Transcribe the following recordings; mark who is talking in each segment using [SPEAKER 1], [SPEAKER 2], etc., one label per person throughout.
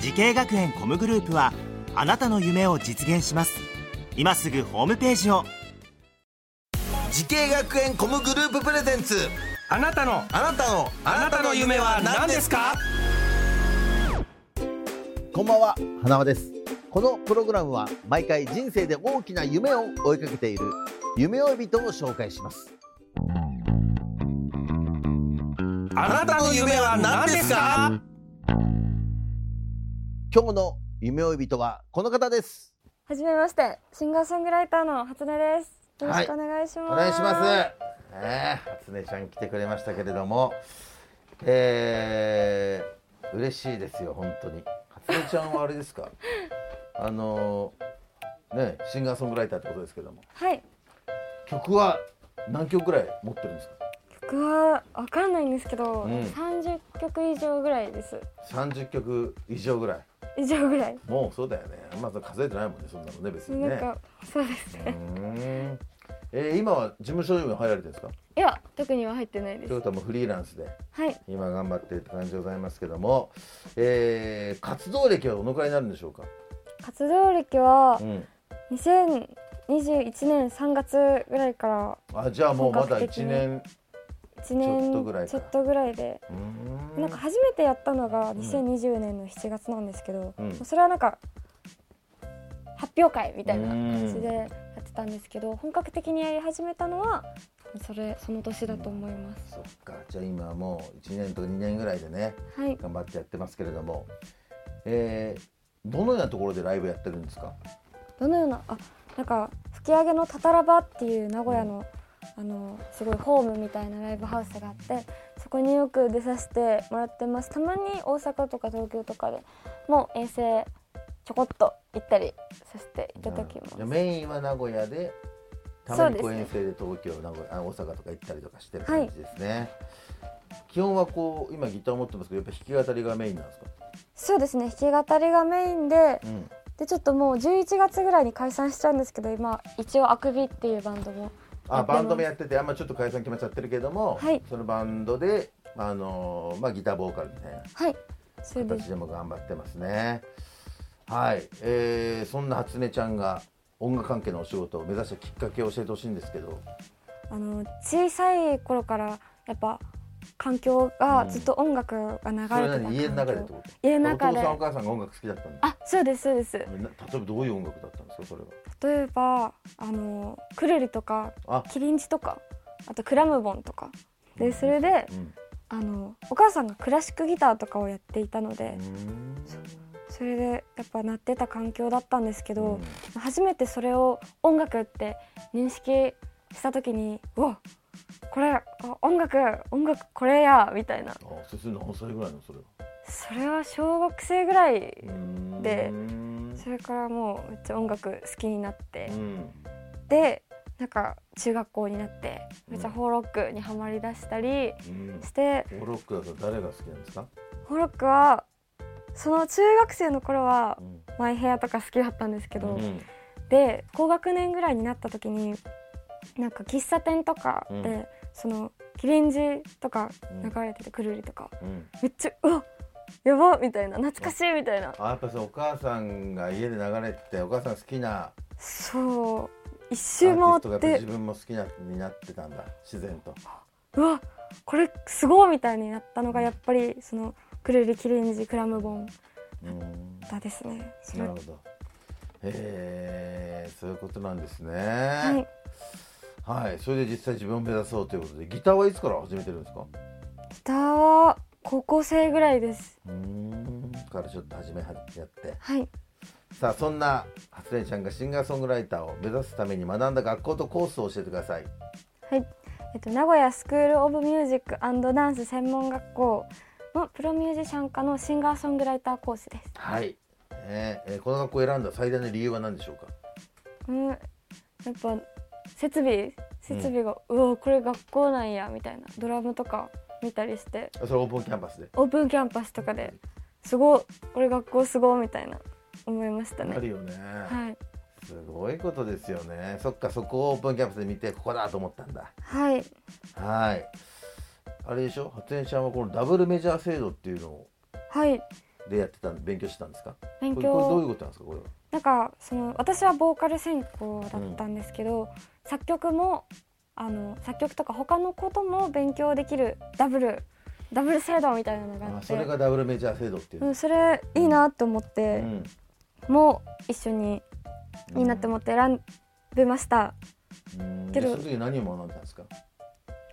[SPEAKER 1] 時系学園コムグループはあなたの夢を実現します今すぐホームページを
[SPEAKER 2] 時系学園コムグループプレゼンツ
[SPEAKER 3] あなたの
[SPEAKER 2] あなたの
[SPEAKER 3] あなたの夢は何ですか
[SPEAKER 4] こんばんは、花輪です。このプログラムは毎回人生で大きな夢を追いかけている夢追い人を紹介します。
[SPEAKER 3] あなたの夢は何ですか
[SPEAKER 4] 今日の夢追い人はこの方です。
[SPEAKER 5] はじめまして、シンガーソングライターの初音です。よろしくお願いします。
[SPEAKER 4] お願いします。ねえ、初音ちゃん来てくれましたけれども、えー、嬉しいですよ本当に。初音ちゃんはあれです か？あのねシンガーソングライターってことですけども、
[SPEAKER 5] はい、
[SPEAKER 4] 曲は何曲ぐらい持ってるんですか？
[SPEAKER 5] 曲はわかんないんですけど、
[SPEAKER 4] うん
[SPEAKER 5] 30曲以上ぐらいです。
[SPEAKER 4] 三十曲以上ぐらい。
[SPEAKER 5] 以上ぐらい。
[SPEAKER 4] もうそうだよね。まず数えてないもんねそんなのね別にね。
[SPEAKER 5] なんか、そうですね。
[SPEAKER 4] うーんえー、今は事務所にも入られてるんですか
[SPEAKER 5] いや、特には入ってないで
[SPEAKER 4] というこ
[SPEAKER 5] す。
[SPEAKER 4] とはもうフリーランスで
[SPEAKER 5] はい、
[SPEAKER 4] 今頑張ってるって感じでございますけども、えー、活動歴はどのくらいになるんでしょうか、
[SPEAKER 5] 活動歴は
[SPEAKER 4] うん、
[SPEAKER 5] 2021年3月ぐらいから
[SPEAKER 4] あじゃあもうまだ
[SPEAKER 5] 本格的
[SPEAKER 4] 1
[SPEAKER 5] に
[SPEAKER 4] 年
[SPEAKER 5] 1年
[SPEAKER 4] ちょっとぐらいか
[SPEAKER 5] ちょっとぐらいで。
[SPEAKER 4] うーん
[SPEAKER 5] なんか初めてやったのが2020年の7月なんですけど、
[SPEAKER 4] うん
[SPEAKER 5] それはなんか発表会みたいな感じでやってたんですけど本格的にやり始めたのはそれその年だと思います、
[SPEAKER 4] そっかじゃあ今はもう1年とか2年ぐらいでね
[SPEAKER 5] はい
[SPEAKER 4] 頑張ってやってますけれども、えー、どのようなところでライブやってるんですか
[SPEAKER 5] どのようなあなんか吹き上げのたたらばっていう名古屋の、あのすごいホームみたいなライブハウスがあってそこによく出させてもらってますたまに大阪とか東京とかでもう遠征ちょこっと行ったりさせていただきます
[SPEAKER 4] じゃあメインは名古屋でたまに
[SPEAKER 5] そ
[SPEAKER 4] こ
[SPEAKER 5] う
[SPEAKER 4] う
[SPEAKER 5] で
[SPEAKER 4] 遠
[SPEAKER 5] す
[SPEAKER 4] 征で東京、名古屋あ大阪とか行ったりとかしてる感じですね、基本はこう今ギター持ってますけどやっぱ弾き語りがメインなんですか、
[SPEAKER 5] そうですね弾き語りがメインで
[SPEAKER 4] うん、
[SPEAKER 5] でちょっともう11月ぐらいに解散しちゃうんですけど今一応あくびっていうバンドもや
[SPEAKER 4] あ
[SPEAKER 5] ってます
[SPEAKER 4] バンドもやっててあんまちょっと解散決まっちゃってるけども、
[SPEAKER 5] はい
[SPEAKER 4] そのバンドで、あのーまあ、ギターボーカルみたいな
[SPEAKER 5] はいそうで
[SPEAKER 4] 形
[SPEAKER 5] す
[SPEAKER 4] でも頑張ってますねはい、えー、そんな初音ちゃんが音楽関係のお仕事を目指したきっかけを教えてほしいんですけど
[SPEAKER 5] あの小さい頃からやっぱ環境
[SPEAKER 4] う
[SPEAKER 5] が
[SPEAKER 4] ん
[SPEAKER 5] ずっと音楽が流れ
[SPEAKER 4] それ
[SPEAKER 5] てた
[SPEAKER 4] は何家の中でっ
[SPEAKER 5] 環
[SPEAKER 4] て
[SPEAKER 5] 境
[SPEAKER 4] こと
[SPEAKER 5] 家の
[SPEAKER 4] お父
[SPEAKER 5] 中で
[SPEAKER 4] さんお母さんが音楽好きだったんだ
[SPEAKER 5] あそうですそうです
[SPEAKER 4] な例えばどういう音楽だったんですかそれは
[SPEAKER 5] 例えばあのクルリとか
[SPEAKER 4] あ
[SPEAKER 5] キリンチとかあとクラムボンとかでそれで
[SPEAKER 4] うん
[SPEAKER 5] あのお母さんがクラシックギターとかをやっていたのでそれでやっぱ鳴ってた環境だったんですけど、
[SPEAKER 4] うん
[SPEAKER 5] 初めてそれを音楽って認識した時にうわこれあ音楽音楽これやみたいな
[SPEAKER 4] あそれそれ何歳ぐらいのそれは
[SPEAKER 5] それは小学生ぐらいで
[SPEAKER 4] うん
[SPEAKER 5] それからもうめっちゃ音楽好きになって
[SPEAKER 4] うん
[SPEAKER 5] でなんか中学校になってめっちゃホーロックにはまりだしたり
[SPEAKER 4] うん
[SPEAKER 5] して
[SPEAKER 4] フォーロックだと誰が好きなんですか、
[SPEAKER 5] ホーロックはその中学生の頃は
[SPEAKER 4] うん
[SPEAKER 5] マイヘアとか好きだったんですけど、
[SPEAKER 4] うん
[SPEAKER 5] で高学年ぐらいになった時になんか喫茶店とかで、
[SPEAKER 4] うん
[SPEAKER 5] そのキリンジとか
[SPEAKER 4] うん
[SPEAKER 5] 流れててくるりとか
[SPEAKER 4] うん
[SPEAKER 5] めっちゃうわやばみたいな懐かしいみたいな
[SPEAKER 4] あやっぱりお母さんが家で流れててお母さん好きなア
[SPEAKER 5] そう一周
[SPEAKER 4] ーテ
[SPEAKER 5] 回
[SPEAKER 4] ィストがや
[SPEAKER 5] っ
[SPEAKER 4] っぱり自
[SPEAKER 5] て
[SPEAKER 4] 分も好きなになってたんだ自然と
[SPEAKER 5] うわこれすごいみたいになったのがやっぱりそのくるりキリンジクラムボン
[SPEAKER 4] うん
[SPEAKER 5] だですねそれ
[SPEAKER 4] なるほどへえそういうことなんですね
[SPEAKER 5] はい
[SPEAKER 4] はい、それで実際自分を目指そうということでギターはいつから始めてるんですか
[SPEAKER 5] ギターは高校生ぐらいです
[SPEAKER 4] うーんからちょっと始めはやって
[SPEAKER 5] はい
[SPEAKER 4] さあそんな初音ちゃんがシンガーソングライターを目指すために学んだ学校とコースを教えてください
[SPEAKER 5] はい、えっと、名古屋スクール・オブ・ミュージックダンス専門学校のプロミュージシャン科のシンガーソングライターコースです。
[SPEAKER 4] はい、えーえーこの学校を選んだ最大の理由は何でしょうか
[SPEAKER 5] うん、やっぱ設備設備が、うおこれ学校なんやみたいなドラムとか見たりして
[SPEAKER 4] あそれオープンキャンパスで、
[SPEAKER 5] オープンキャンパスとかですごい俺学校すごいみたいな思いました
[SPEAKER 4] あ
[SPEAKER 5] ね。
[SPEAKER 4] るよね、
[SPEAKER 5] はい
[SPEAKER 4] すごいことですよねそっかそこをオープンキャンパスで見てここだと思ったんだ
[SPEAKER 5] はい
[SPEAKER 4] はいあれでしょ発煙ちゃんはこのダブルメジャー制度っていうの
[SPEAKER 5] はい
[SPEAKER 4] でやってたん勉強してたんですか
[SPEAKER 5] 勉
[SPEAKER 4] これこれどうい
[SPEAKER 5] 強
[SPEAKER 4] うことなんですかこれは
[SPEAKER 5] なんかその私はボーカル専攻だったんですけど、作曲もあの作曲とか他のことも勉強できるダブルダブル制度みたいなのがあ
[SPEAKER 4] あ
[SPEAKER 5] って
[SPEAKER 4] それがダブルメジャー制度っていう
[SPEAKER 5] う
[SPEAKER 4] の
[SPEAKER 5] ん、それいいなと思っ
[SPEAKER 4] う
[SPEAKER 5] て、
[SPEAKER 4] ん
[SPEAKER 5] もう一緒にいいなって思って選びました、
[SPEAKER 4] うん
[SPEAKER 5] けど
[SPEAKER 4] でその時何を学んだんですか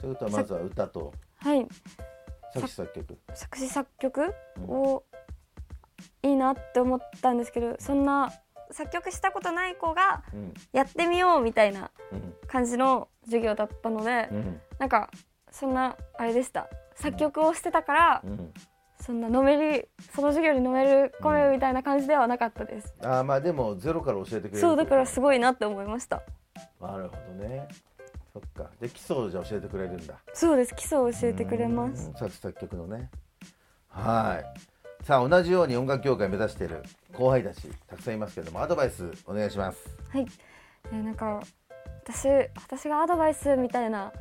[SPEAKER 4] ということはまずは歌と
[SPEAKER 5] はい
[SPEAKER 4] 作詞作曲
[SPEAKER 5] 作詞作曲をいいなって思ったんですけどそんな作曲したことない子が
[SPEAKER 4] うん
[SPEAKER 5] やってみようみたいな
[SPEAKER 4] うん
[SPEAKER 5] 感じの授業だったので、
[SPEAKER 4] うん
[SPEAKER 5] なんかそんなあれでした作曲をしてたから、
[SPEAKER 4] うん
[SPEAKER 5] そんなのめりその授業にのめり込めるみたいな感じではなかったです、
[SPEAKER 4] あーまあでもゼロから教えてくれる
[SPEAKER 5] そうだからす
[SPEAKER 4] ご
[SPEAKER 5] ごいなって思いました
[SPEAKER 4] なるほどねそっかで基礎をじゃあ教えてくれるんだ
[SPEAKER 5] そうです基礎を教えてくれます
[SPEAKER 4] うん作詞作曲のねはいさあ同じように音楽業界を目指している後輩たちたくさんいますけれどもアドバイスお願いします
[SPEAKER 5] はい、えーなんか私私がアドバイスみたいな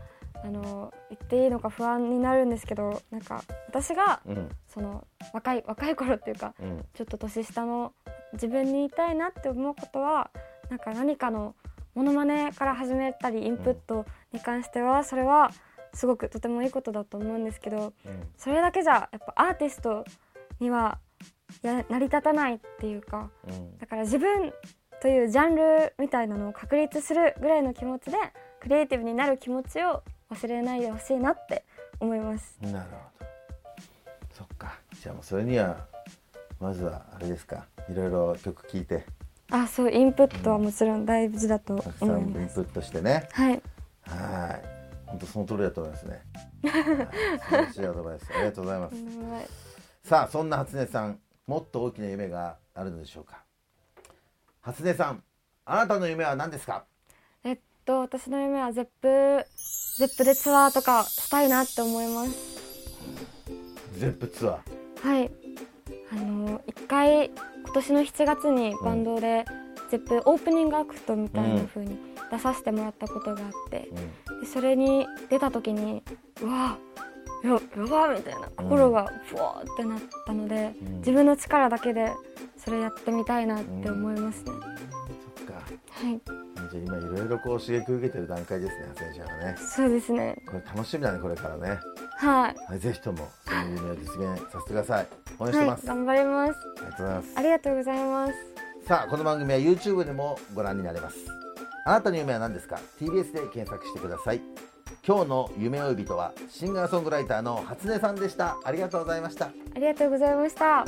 [SPEAKER 5] あの言っていいのか不安になるんですけどなんか私が
[SPEAKER 4] うん
[SPEAKER 5] その若い若い頃っていうか
[SPEAKER 4] うん
[SPEAKER 5] ちょっと年下の自分に言いたいなって思うことはなんか何かのモノマネから始めたりインプットに関してはそれはすごくとてもいいことだと思うんですけど
[SPEAKER 4] うん
[SPEAKER 5] それだけじゃやっぱアーティストにはや成り立たないっていうか
[SPEAKER 4] うん
[SPEAKER 5] だから自分というジャンルみたいなのを確立するぐらいの気持ちでクリエイティブになる気持ちを忘れないでほしいなって思います
[SPEAKER 4] なるほどそっかじゃあもうそれにはまずはあれですかいろいろ曲聴いて
[SPEAKER 5] あそうインプットはもちろん大事だと
[SPEAKER 4] たくさん
[SPEAKER 5] 思い
[SPEAKER 4] イン
[SPEAKER 5] ま
[SPEAKER 4] プ
[SPEAKER 5] す
[SPEAKER 4] ットしてね
[SPEAKER 5] はい
[SPEAKER 4] はい本当その通りだと思いますねはい素晴らしいアドバイスありがとうございますさあそんな初音さんもっと大きな夢があるのでしょうか初音さんあなたの夢は何ですか
[SPEAKER 5] えっと私の夢はゼップゼップでツアーとかしたいなって思います
[SPEAKER 4] ゼップツアー
[SPEAKER 5] はいあの一回今年の7月にバンドで、ゼップオープニングアクトみたいな風に出させてもらったことがあって、でそれに出た時にうわややばみたいな心がふわーってなったので、
[SPEAKER 4] うん
[SPEAKER 5] 自分の力だけでそれやってみたいなって思いますね、
[SPEAKER 4] そっか
[SPEAKER 5] はい
[SPEAKER 4] じゃあ今いろいろこう刺激受けてる段階ですね初音ちゃんはね
[SPEAKER 5] そうですね
[SPEAKER 4] これ楽しみだねこれからね
[SPEAKER 5] はい
[SPEAKER 4] はいぜひともその夢を実現させてください応援して
[SPEAKER 5] は
[SPEAKER 4] ま
[SPEAKER 5] い
[SPEAKER 4] す、
[SPEAKER 5] 頑張ります
[SPEAKER 4] ありがとうございます
[SPEAKER 5] ありがとうございます
[SPEAKER 4] さあこの番組は YouTube でもご覧になれますあなたの夢は何ですか TBS で検索してください今日の夢追い人はシンガーソングライターの初音さんでしたありがとうございました
[SPEAKER 5] ありがとうございました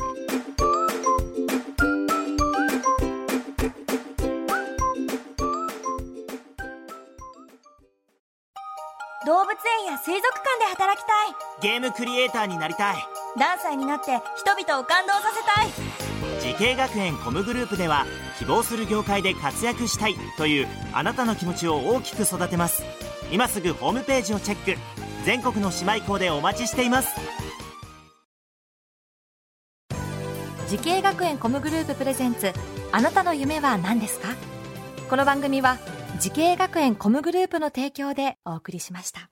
[SPEAKER 6] 動物園や水族館で働きたい
[SPEAKER 1] ゲームクリエイターになりたい
[SPEAKER 6] 何歳になって人々を感動させたい
[SPEAKER 1] 時系学園コムグループでは希望する業界で活躍したいというあなたの気持ちを大きく育てます今すぐホームページをチェック全国の姉妹校でお待ちしています
[SPEAKER 7] 時系学園コムグループプレゼンツあなたの夢は何ですかこの番組は時系学園コムグループの提供でお送りしました